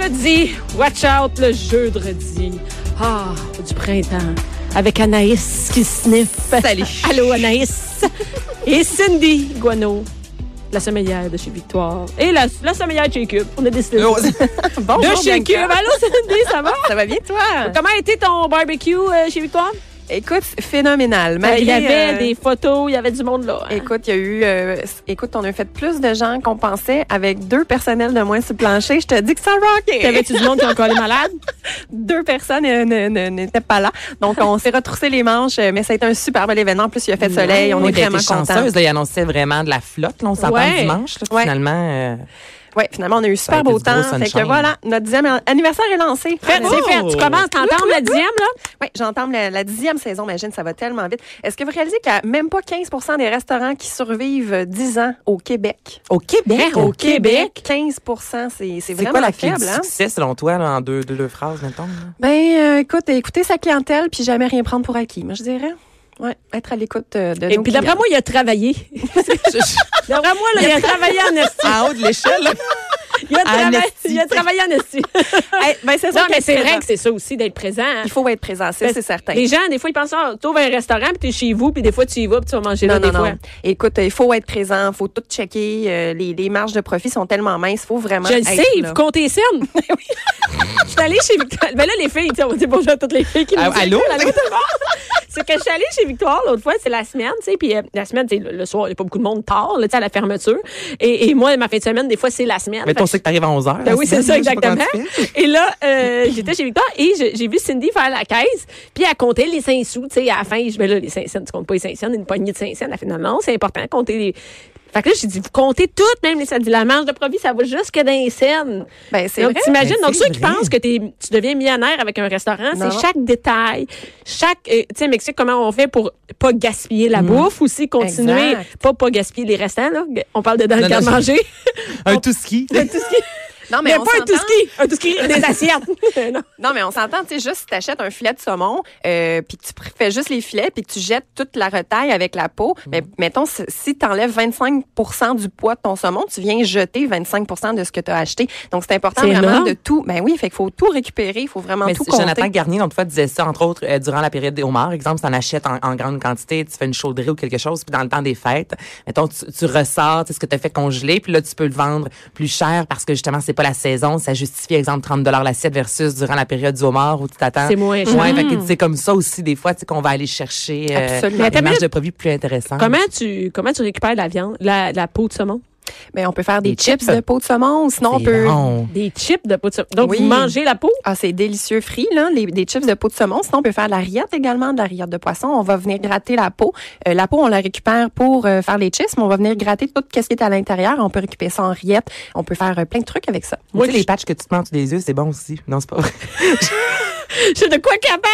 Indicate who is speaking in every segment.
Speaker 1: Jeudi, watch out le jeudi. Ah, du printemps. Avec Anaïs qui sniffe.
Speaker 2: Salut.
Speaker 1: Allô Anaïs. Et Cindy Guano. La sommelière de chez Victoire. Et la, la sommelière de chez Cube. On a décidé.
Speaker 2: Allô.
Speaker 1: de
Speaker 2: Bonjour,
Speaker 1: chez Cube.
Speaker 2: Bianca.
Speaker 1: Allô Cindy, ça va?
Speaker 2: Ça va bien, toi?
Speaker 1: Comment a été ton barbecue euh, chez Victoire?
Speaker 2: Écoute, phénoménal.
Speaker 1: Ben, il y
Speaker 2: Malgré,
Speaker 1: avait
Speaker 2: euh,
Speaker 1: des photos, il y avait du monde là. hein?
Speaker 2: Écoute, il y a eu. euh, écoute, on a fait plus de gens qu'on pensait avec deux personnels de moins sur le plancher. Je te dis que ça rockait.
Speaker 1: T'avais-tu du monde qui est encore allé malade?
Speaker 2: Deux personnes euh, ne- ne- n'étaient pas là. Donc, on s'est retroussé les manches, euh, mais ça a été un super bel événement. En plus, il a fait soleil. On
Speaker 3: Oui,
Speaker 2: est
Speaker 3: ben,
Speaker 2: vraiment
Speaker 3: t'es
Speaker 2: contents.
Speaker 3: chanceuse. Là, ils annonçaient vraiment de la flotte. Là, on s'entend
Speaker 1: Ouais.
Speaker 3: dimanche. là,
Speaker 2: Ouais.
Speaker 3: Finalement, euh,
Speaker 2: Ouais, finalement, on a eu
Speaker 3: a
Speaker 2: super
Speaker 3: été
Speaker 2: beau
Speaker 3: du gros
Speaker 2: temps. Fait que
Speaker 3: sunshine.
Speaker 2: voilà, notre dixième anniversaire est lancé.
Speaker 1: Fait,
Speaker 2: Euh,
Speaker 1: c'est fait. Tu commences, t'entends la dixième, là?
Speaker 2: Oui, j'entends la, la dixième saison, imagine, ça va tellement vite. Est-ce que vous réalisez qu'il y a même pas 15 des restaurants qui survivent euh, 10 ans au Québec?
Speaker 3: au Québec.
Speaker 1: Hein, au Québec?
Speaker 2: 15 c'est c'est
Speaker 3: C'est
Speaker 2: vraiment
Speaker 3: quoi la clé
Speaker 2: faible,
Speaker 3: du
Speaker 2: hein?
Speaker 3: succès, selon toi, là, en deux, deux, deux phrases, mettons? là?
Speaker 2: Ben, euh, écoute, écouter sa clientèle puis jamais rien prendre pour acquis, moi, je dirais. Ouais, être à l'écoute euh, de
Speaker 1: Et
Speaker 2: nos
Speaker 1: puis d'après
Speaker 2: clients.
Speaker 1: moi, il a travaillé. d'après moi, là, il a travaillé en esti.
Speaker 3: En haut de l'échelle, là.
Speaker 1: Il a,
Speaker 3: En
Speaker 1: trava-
Speaker 3: esti.
Speaker 1: il a travaillé en esti.
Speaker 2: Eh, ben, c'est
Speaker 1: non,
Speaker 2: sûr
Speaker 1: mais
Speaker 2: qu'être
Speaker 1: c'est vrai
Speaker 2: présent.
Speaker 1: que c'est ça aussi d'être présent. hein.
Speaker 2: Il faut être présent, ça,
Speaker 1: Parce-
Speaker 2: c'est certain.
Speaker 1: Les gens, des fois, ils pensent, ah, t'ouvres un restaurant, puis t'es chez vous, puis des fois, tu y vas, puis tu vas manger là,
Speaker 2: Non,
Speaker 1: des
Speaker 2: non, non.
Speaker 1: fois.
Speaker 2: Écoute, euh, il faut être présent, il faut tout checker. euh, les, les marges de profit sont tellement minces, il faut vraiment
Speaker 1: Je le
Speaker 2: être
Speaker 1: sais,
Speaker 2: là.
Speaker 1: vous comptez les cernes. Je suis allée chez Victoire. Ben là, les filles, tu sais, on dit bonjour à toutes les filles qui nous
Speaker 3: Ah,
Speaker 1: écoutent.
Speaker 3: allô?
Speaker 1: Allô, tout le monde? C'est que je suis allée chez Victoire l'autre fois, c'est la semaine, tu sais, puis euh, la semaine, tu sais, le, le soir, il n'y a pas beaucoup de monde tard, là, tu sais, à la fermeture. Et, et moi, ma fin de semaine, des fois, c'est la semaine.
Speaker 3: Mais
Speaker 1: Fait
Speaker 3: on
Speaker 1: que-
Speaker 3: sait que t'arrives à 11 h
Speaker 1: Ben oui, c'est ça, exactement. Et là, euh, j'étais chez Victor et je- j'ai vu Cindy faire la caisse, puis elle comptait les 5 sous, tu sais, à la fin, je ben là, les 5 cents, tu comptes pas les 5 cents, une poignée de 5 cents. Elle fait, non, non, c'est important de compter les... Fait que là, j'ai dit, vous comptez toutes, même les ça dit, la manche de produits, ça va jusque dans les scènes.
Speaker 2: Ben, c'est
Speaker 1: Donc,
Speaker 2: vrai.
Speaker 1: t'imagines,
Speaker 3: Ben,
Speaker 1: donc
Speaker 3: c'est
Speaker 1: ceux qui
Speaker 3: vrai.
Speaker 1: pensent que t'es- tu deviens millionnaire avec un restaurant,
Speaker 2: Non.
Speaker 1: c'est chaque détail, chaque, euh, tu sais, m'explique comment on fait pour pas gaspiller la bouffe aussi, continuer,
Speaker 2: Exact.
Speaker 1: pas pas gaspiller les restants, là. On parle de dans le
Speaker 3: Non, non, je-
Speaker 1: manger.
Speaker 3: Un tout ski.
Speaker 2: Non,
Speaker 1: Mais,
Speaker 2: on
Speaker 1: pas un
Speaker 2: s'entend.
Speaker 1: touski, un touski des assiettes. Non.
Speaker 2: Non, mais on s'entend, tu sais, juste si t'achètes un filet de saumon, euh, puis que tu pr- fais juste les filets, puis que tu jettes toute la retaille avec la peau,
Speaker 3: Mm-hmm.
Speaker 2: mais mettons, si- si t'enlèves 25 du poids de ton saumon, tu viens jeter 25 de ce que t'as acheté. Donc, c'est important
Speaker 1: C'est
Speaker 2: vraiment
Speaker 1: énorme.
Speaker 2: de tout... Ben oui, fait qu'il faut tout récupérer, il faut vraiment
Speaker 3: Mais
Speaker 2: tout
Speaker 3: c'est-
Speaker 2: compter.
Speaker 3: Jonathan Garnier, l'autre fois, disait ça, entre autres, euh, durant la période des homards. Exemple, t'en achètes en, en grande quantité, tu fais une chaudrée ou quelque chose, puis dans le temps des fêtes, mettons, tu, tu ressors, tu sais, ce que t'as fait congeler, puis là, tu peux le vendre plus cher parce que justement, c'est pas la saison. Ça justifie, exemple, 30 l'assiette versus durant la période du homard où tu t'attends.
Speaker 1: C'est moins cher. Mm.
Speaker 3: Ouais, fait que c'est comme ça aussi, des fois, tu sais, qu'on va aller chercher euh,
Speaker 2: Absolument.
Speaker 3: des
Speaker 1: Mais
Speaker 3: marges de produits plus intéressantes.
Speaker 1: Comment tu comment tu récupères la viande, la, la peau de saumon?
Speaker 2: Mais on peut faire des,
Speaker 3: Des
Speaker 2: chips
Speaker 3: chips.
Speaker 2: de peau de saumon, ou sinon on
Speaker 3: C'est
Speaker 2: peut...
Speaker 3: bon.
Speaker 1: Des chips de peau de saumon. Donc
Speaker 2: Oui.
Speaker 1: vous mangez la peau?
Speaker 2: Ah, c'est délicieux frit, là, les, des chips de peau de saumon. Sinon, on peut faire de la rillette également, de la rillette de poisson. On va venir gratter la peau. Euh, la peau, on la récupère pour euh, faire les chips, mais on va venir gratter tout ce qui est à l'intérieur. On peut récupérer ça en rillette. On peut faire euh, plein de trucs avec ça.
Speaker 1: Moi,
Speaker 3: tu
Speaker 1: je-
Speaker 3: sais, les patchs que tu te mets entre les yeux, c'est bon aussi. Non, c'est pas vrai.
Speaker 1: J'ai de quoi capable!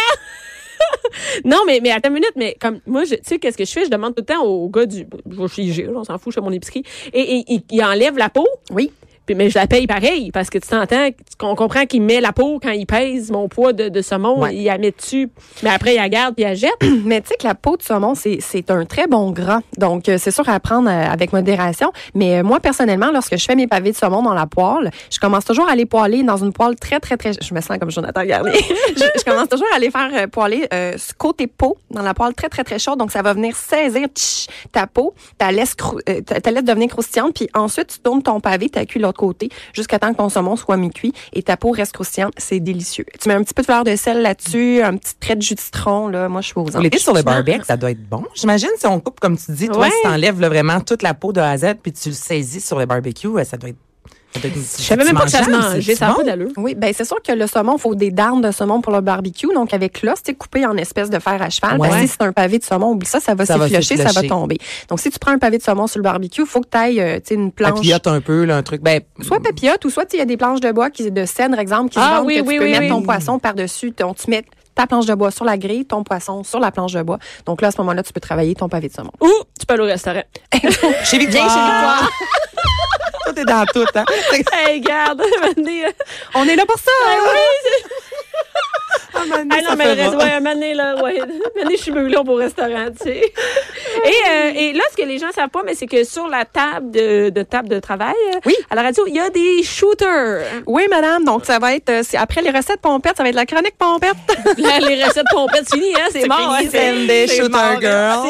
Speaker 1: non, mais, mais attends une minute, mais comme moi, je- tu sais, qu'est-ce que je fais? Je demande tout le temps au gars du. Je vais chez IG, on s'en fout, je fais mon épicerie. Et, et il, il enlève la peau,
Speaker 2: Oui.
Speaker 1: puis, mais je la paye pareil, parce que tu t'entends, on comprend qu'il met la peau quand il pèse mon poids de, de saumon,
Speaker 3: Ouais.
Speaker 1: il la met dessus, mais après il la garde, puis il la jette.
Speaker 2: Mais tu sais que la peau de saumon, c'est c'est un très bon gras. Donc, euh, c'est sûr à prendre euh, avec modération. Mais euh, moi, personnellement, lorsque je fais mes pavés de saumon dans la poêle, je commence toujours à les poêler dans une poêle très, très, très... Je me sens comme Jonathan Garnier. je, je commence toujours à les faire euh, poêler euh, ce côté peau dans la poêle très, très, très chaude. Donc, ça va venir saisir tch, ta peau, ta laisse, crou- euh, ta ta laisse devenir croustillante. Puis ensuite, tu tournes ton pavé, tu cuit de l'autre côté jusqu'à temps que ton saumon soit mi-cuit et ta peau reste croustillante. C'est délicieux. Tu mets un petit peu de fleur de sel là-dessus, un petit trait de jus de citron. Là. Moi, je suis aux
Speaker 3: Pour l'été sur le barbecue, ça doit être bon. J'imagine si on coupe, comme tu dis, toi,
Speaker 1: Ouais.
Speaker 3: si t'enlèves là, vraiment toute la peau de A à Z puis tu le saisis sur le barbecue, euh, ça doit être
Speaker 1: Je savais même pas que ça se mangeait, ça a pas d'allure.
Speaker 2: Oui, ben c'est sûr que le saumon, il faut des darnes de saumon pour le barbecue. Donc, avec l'os, c'est coupé en espèces de fer à cheval.
Speaker 3: Ouais.
Speaker 2: Parce que si c'est un pavé de saumon, oublie ça, ça va
Speaker 3: Ça va
Speaker 2: s'efflocher, ça va
Speaker 3: s'efflocher.
Speaker 2: tomber. Donc, si tu prends un pavé de saumon sur le barbecue, il faut que euh, tu ailles une planche.
Speaker 3: Papillote un peu, là, un truc. Ben,
Speaker 2: Soit papillote ou soit il y a des planches de bois qui, de cèdre, exemple, qui se
Speaker 1: Ah
Speaker 2: vendent,
Speaker 1: oui,
Speaker 2: que tu
Speaker 1: oui,
Speaker 2: peux
Speaker 1: oui,
Speaker 2: mettre
Speaker 1: oui.
Speaker 2: ton poisson par-dessus. Donc, tu mets ta planche de bois sur la grille, ton poisson sur la planche de bois. Donc là, à ce moment-là, tu peux travailler ton pavé de saumon.
Speaker 1: Ou tu peux aller au restaurant.
Speaker 2: Bien chez
Speaker 3: chez Victoire.
Speaker 2: Victoire.
Speaker 3: Tout est dans tout, hein.
Speaker 1: hey, garde, venez.
Speaker 2: On est là pour ça! hein?
Speaker 1: Ah non, mais le reste, ouais, un moment donné, là, ouais. Un moment donné, je suis brûlée pour au restaurant, tu sais. Et, euh, et là, ce que les gens savent pas, mais c'est que sur la table de, de table de travail, euh,
Speaker 2: Oui.
Speaker 1: à la radio, il y a des shooters.
Speaker 2: Oui, madame. Donc, ça va être, euh, c'est- après les recettes pompettes, ça va être la chronique pompette.
Speaker 1: Là, les recettes pompettes, c'est fini, hein, c'est mort. hein,
Speaker 3: Sunday
Speaker 1: c'est
Speaker 3: Shooter
Speaker 1: mort.
Speaker 3: Girl.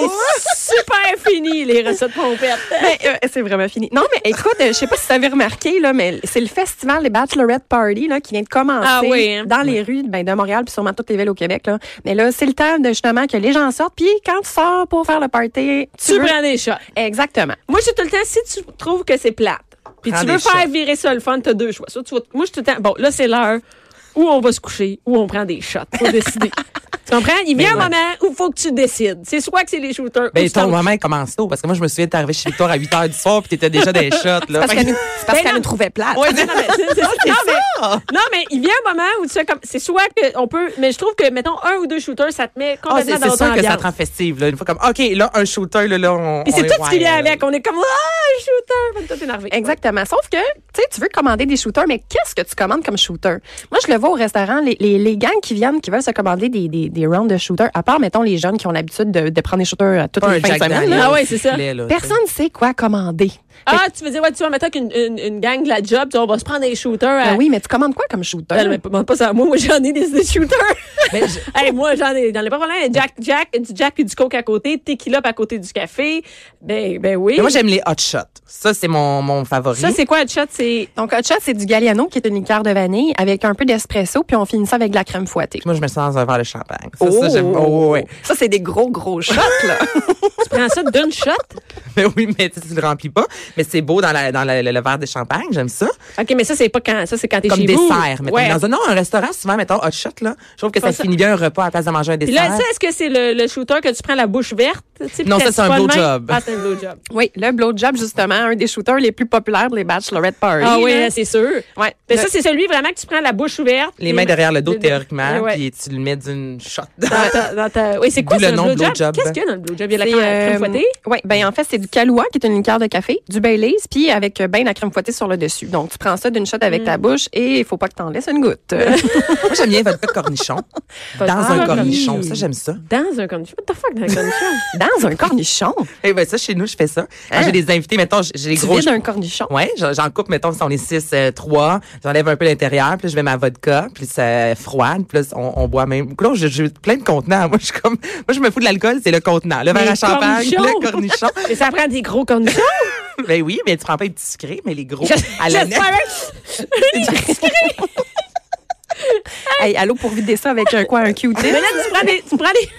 Speaker 1: C'est super fini, les recettes pompettes.
Speaker 2: Ben, euh, c'est vraiment fini. Non, mais écoute, euh, je sais pas si tu avais remarqué, là, mais c'est le festival des Bachelorette Party là, qui vient de commencer
Speaker 1: Ah oui, hein?
Speaker 2: dans les rues ben, de Montréal, puis sûrement toutes les villes au Québec. Là. Mais là, c'est le temps de justement que les gens sortent, puis quand tu sors pour faire le party, tu,
Speaker 1: Tu
Speaker 2: veux-
Speaker 1: prends des shots.
Speaker 2: Exactement.
Speaker 1: Moi, je suis tout le temps, si tu trouves que c'est plate, puis
Speaker 3: Prends
Speaker 1: tu veux
Speaker 3: des
Speaker 1: faire
Speaker 3: shots.
Speaker 1: virer ça le fun, t'as deux choix. Soit tu vas- moi, je suis tout le temps, bon, là, c'est l'heure où on va se coucher, où on prend des shots. Faut décider. tu comprends? Il vient un
Speaker 3: ouais.
Speaker 1: moment où faut que tu décides. C'est soit que c'est les shooters ou
Speaker 3: Ben,
Speaker 1: tu t'en-
Speaker 3: ton moment, il commence tôt. Parce que moi, je me souviens, t'es arrivé chez Victoire à 8 h du soir, puis t'étais déjà dans les shots, là.
Speaker 2: Parce qu'elle nous, c'est parce
Speaker 1: Ben
Speaker 2: qu'elle
Speaker 1: non.
Speaker 2: nous trouvait plate.
Speaker 1: Ouais, non, mais c'est- c'est-
Speaker 3: Ah,
Speaker 1: non, mais- non, mais il vient un moment où tu fais comme. C'est soit que on peut. Mais je trouve que, mettons, un ou deux shooters, ça te met
Speaker 3: Ah,
Speaker 1: complètement
Speaker 3: c'est
Speaker 1: dans ton
Speaker 3: c'est sûr que ça
Speaker 1: ambiance.
Speaker 3: te rend festive, là. Une fois comme, OK, là, un shooter, là, là, on.
Speaker 1: Puis c'est
Speaker 3: on
Speaker 1: tout ce qui
Speaker 3: wild,
Speaker 1: vient
Speaker 3: là.
Speaker 1: avec. On est comme, ah, shooter! Toi, t'es énervé.
Speaker 2: Exactement. Sauf que, tu sais, tu veux commander des shooters, mais qu'est-ce que tu commandes comme shooter? Moi, je le vois au restaurant, les, les, les gangs qui viennent, qui veulent se commander des, des, des rounds de shooters, à part, mettons, les jeunes qui ont l'habitude de, de prendre des shooters à toutes les
Speaker 3: Pas un
Speaker 2: fins de
Speaker 3: Jack
Speaker 2: semaine. là.
Speaker 3: Daniels,
Speaker 1: Ah ouais, c'est
Speaker 3: s'il
Speaker 1: ça.
Speaker 3: te plaît, là,
Speaker 2: Personne ne sait quoi commander.
Speaker 1: Ah, tu veux dire, ouais, tu vas mettre avec une, une, une gang de la job, tu vois, on va se prendre des shooters à,
Speaker 2: Ben oui, mais tu commandes quoi comme shooter?
Speaker 1: Elle me demande pas ça à moi. Moi, j'en ai des, des shooters.
Speaker 3: Ben, je-
Speaker 1: Hey, moi, j'en ai. Dans les pas problème. Jack, Jack, du Jack et du Coke à côté, tequila à côté du café. Ben, ben oui.
Speaker 3: Mais moi, j'aime les hot shots. Ça, c'est mon, mon favori.
Speaker 1: ça, c'est quoi, un shot? C'est.
Speaker 2: Donc, hot shot, c'est du Galliano, qui est une liqueur de vanille avec un peu d'espresso, puis on finit ça avec de la crème fouettée.
Speaker 3: Moi, je me sens dans un verre de champagne. Ça, ça, j'aime. Oh, ouais.
Speaker 2: Ça, c'est des gros, gros shots, là.
Speaker 1: Tu prends ça d'une shot?
Speaker 3: Mais Ben oui, mais tu sais, tu le remplis pas. Mais c'est beau dans, la, dans la- le, le verre de champagne. J'aime ça.
Speaker 1: OK, mais ça, c'est pas quand. Ça, c'est quand t'es
Speaker 3: Comme
Speaker 1: chez vous.
Speaker 3: dessert. mettons.
Speaker 1: Ouais.
Speaker 3: Dans un, non, un restaurant, souvent, mettons, hot shot, là. Je trouve que ça,
Speaker 1: Ça-
Speaker 3: finit bien un repas à la place de manger un dessert.
Speaker 1: Puis là, ça, est-ce que c'est le, le shooter que tu prends la bouche verte? Tu sais,
Speaker 3: Non,
Speaker 1: puis
Speaker 3: ça, c'est un
Speaker 1: pas le même?
Speaker 3: blowjob.
Speaker 1: Ah, c'est un blowjob.
Speaker 2: Oui, le blowjob, justement, un des shooters les plus populaires des Bachelorette Party.
Speaker 1: Ah oui,
Speaker 2: là.
Speaker 1: hein, c'est sûr.
Speaker 2: Ouais.
Speaker 1: Mais
Speaker 2: Le-
Speaker 1: ça, c'est celui vraiment que tu prends la bouche ouverte.
Speaker 3: les mains derrière le dos,
Speaker 1: les-
Speaker 3: théoriquement,
Speaker 1: Ouais.
Speaker 3: puis tu le mets d'une shot.
Speaker 1: Dans ta, dans ta- Oui, c'est quoi
Speaker 3: D'où
Speaker 1: ça,
Speaker 3: le
Speaker 1: le
Speaker 3: nom
Speaker 1: blowjob?
Speaker 3: blowjob.
Speaker 1: Qu'est-ce qu'il y a dans le blowjob? Il y a la crème,
Speaker 2: C'est,
Speaker 1: crème
Speaker 2: euh,
Speaker 1: fouettée?
Speaker 2: Oui, ben en fait, c'est du Kahlua, qui est une liqueur de café, du Baileys, puis avec euh, ben de la crème fouettée sur le dessus. Donc, tu prends ça d'une shot avec ta bouche et il faut pas que t'en laisses une goutte.
Speaker 3: Moi, j'aime bien votre cornichon. Dans
Speaker 1: Ah,
Speaker 3: un
Speaker 1: oui.
Speaker 3: cornichon. Ça, j'aime ça.
Speaker 1: Dans un cornichon. What the fuck, dans un cornichon?
Speaker 2: Dans un cornichon?
Speaker 3: Eh ben, ça, chez nous, je fais ça.
Speaker 1: Hein?
Speaker 3: Quand j'ai des invités, mettons, j'ai- j'ai les
Speaker 2: Tu
Speaker 3: gros.
Speaker 2: vides un cornichon?
Speaker 3: Ouais, j'en j'en coupe, mettons, si on est 6, 3, j'enlève un peu l'intérieur, puis là, je mets ma vodka, puis ça froide, puis là, on, on boit même. Là, j'ai j'ai plein de contenants. Moi, je suis comme, moi, je me fous de l'alcool, c'est le contenant. Le verre
Speaker 1: Mais
Speaker 3: à champagne,
Speaker 1: cornichon!
Speaker 3: le cornichon.
Speaker 1: Et ça prend des gros cornichons.
Speaker 3: ben oui, mais tu prends pas les petits sucrés, mais les gros. à la nette.
Speaker 1: J'espère.
Speaker 2: Hey, allô, pour vider ça avec un quoi, un q
Speaker 1: Mais là, tu prends des. Tu prends des...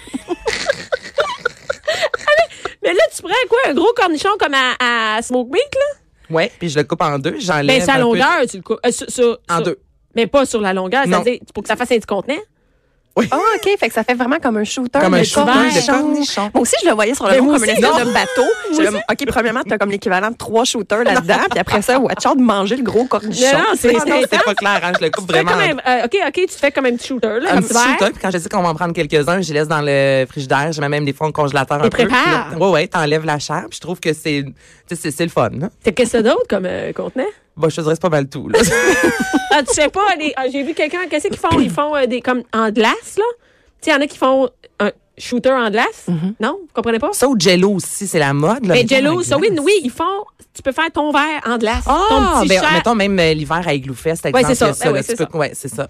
Speaker 1: Mais là, tu prends quoi? Un gros cornichon comme à, à Smoke Meat, là?
Speaker 3: Ouais, puis je le coupe en deux, j'enlève.
Speaker 1: Ben, c'est
Speaker 3: un
Speaker 1: à
Speaker 3: peu-
Speaker 1: longueur, tu le coupes. Euh, sur- sur-
Speaker 3: En
Speaker 1: sur-
Speaker 3: deux.
Speaker 1: Mais pas sur la longueur,
Speaker 3: Non.
Speaker 1: c'est-à-dire pour que ça fasse un petit contenant.
Speaker 2: Ah, OK. Fait que ça fait vraiment comme un shooter.
Speaker 3: Comme un
Speaker 2: de
Speaker 3: shooter de cornichon.
Speaker 2: Moi aussi, je le voyais sur le
Speaker 1: Mais
Speaker 2: long
Speaker 1: moi
Speaker 2: comme une
Speaker 1: aussi,
Speaker 2: espèce
Speaker 1: non.
Speaker 2: de bateau. J'étais comme, OK, premièrement, t'as comme l'équivalent de trois shooters là-dedans. Puis après ça, watch out de manger le gros cornichon.
Speaker 1: Non, non, c'est-
Speaker 3: Ah non, c'est pas clair, hein, je le coupe
Speaker 1: Tu fais
Speaker 3: vraiment.
Speaker 1: comme
Speaker 3: en
Speaker 1: un, euh, OK, OK, tu te fais comme un petit shooter, là,
Speaker 3: un
Speaker 1: comme
Speaker 3: petit
Speaker 1: ça.
Speaker 3: shooter, puis quand je dis qu'on va en prendre quelques-uns, je les laisse dans le frigidaire, je mets même des fois au congélateur un
Speaker 1: Et
Speaker 3: peu. puis
Speaker 1: prépare.
Speaker 3: là, Ouais, ouais, t'enlèves la chair, puis je trouve que c'est, tu sais, c'est c'est le fun, là.
Speaker 1: T'as qu'est-ce que d'autre comme euh, contenant?
Speaker 3: Bah, je te dirais, c'est pas mal tout, là.
Speaker 1: Ah, tu sais pas, les- ah, j'ai vu quelqu'un, qu'est-ce qu'ils font? Ils font euh, des, comme en glace, là. Tu sais, il y en a qui font un shooter en glace. Non? Vous comprenez pas?
Speaker 3: Mm-hmm. ça ou Jello aussi, c'est la mode, là.
Speaker 1: Mais
Speaker 3: Mettons,
Speaker 1: Jello,
Speaker 3: en
Speaker 1: ça, oui,
Speaker 3: glace.
Speaker 1: oui, ils font. Tu peux faire ton verre en glace.
Speaker 3: Ah,
Speaker 1: ton petit
Speaker 3: ben,
Speaker 1: chat.
Speaker 3: mettons même euh, l'hiver à Igloo Fest, exemple,
Speaker 1: c'est ça.
Speaker 3: il y
Speaker 1: Ben
Speaker 3: a là,
Speaker 1: oui,
Speaker 3: tu
Speaker 1: c'est
Speaker 3: peux-
Speaker 1: ça. Mm-hmm.
Speaker 3: ouais, c'est ça.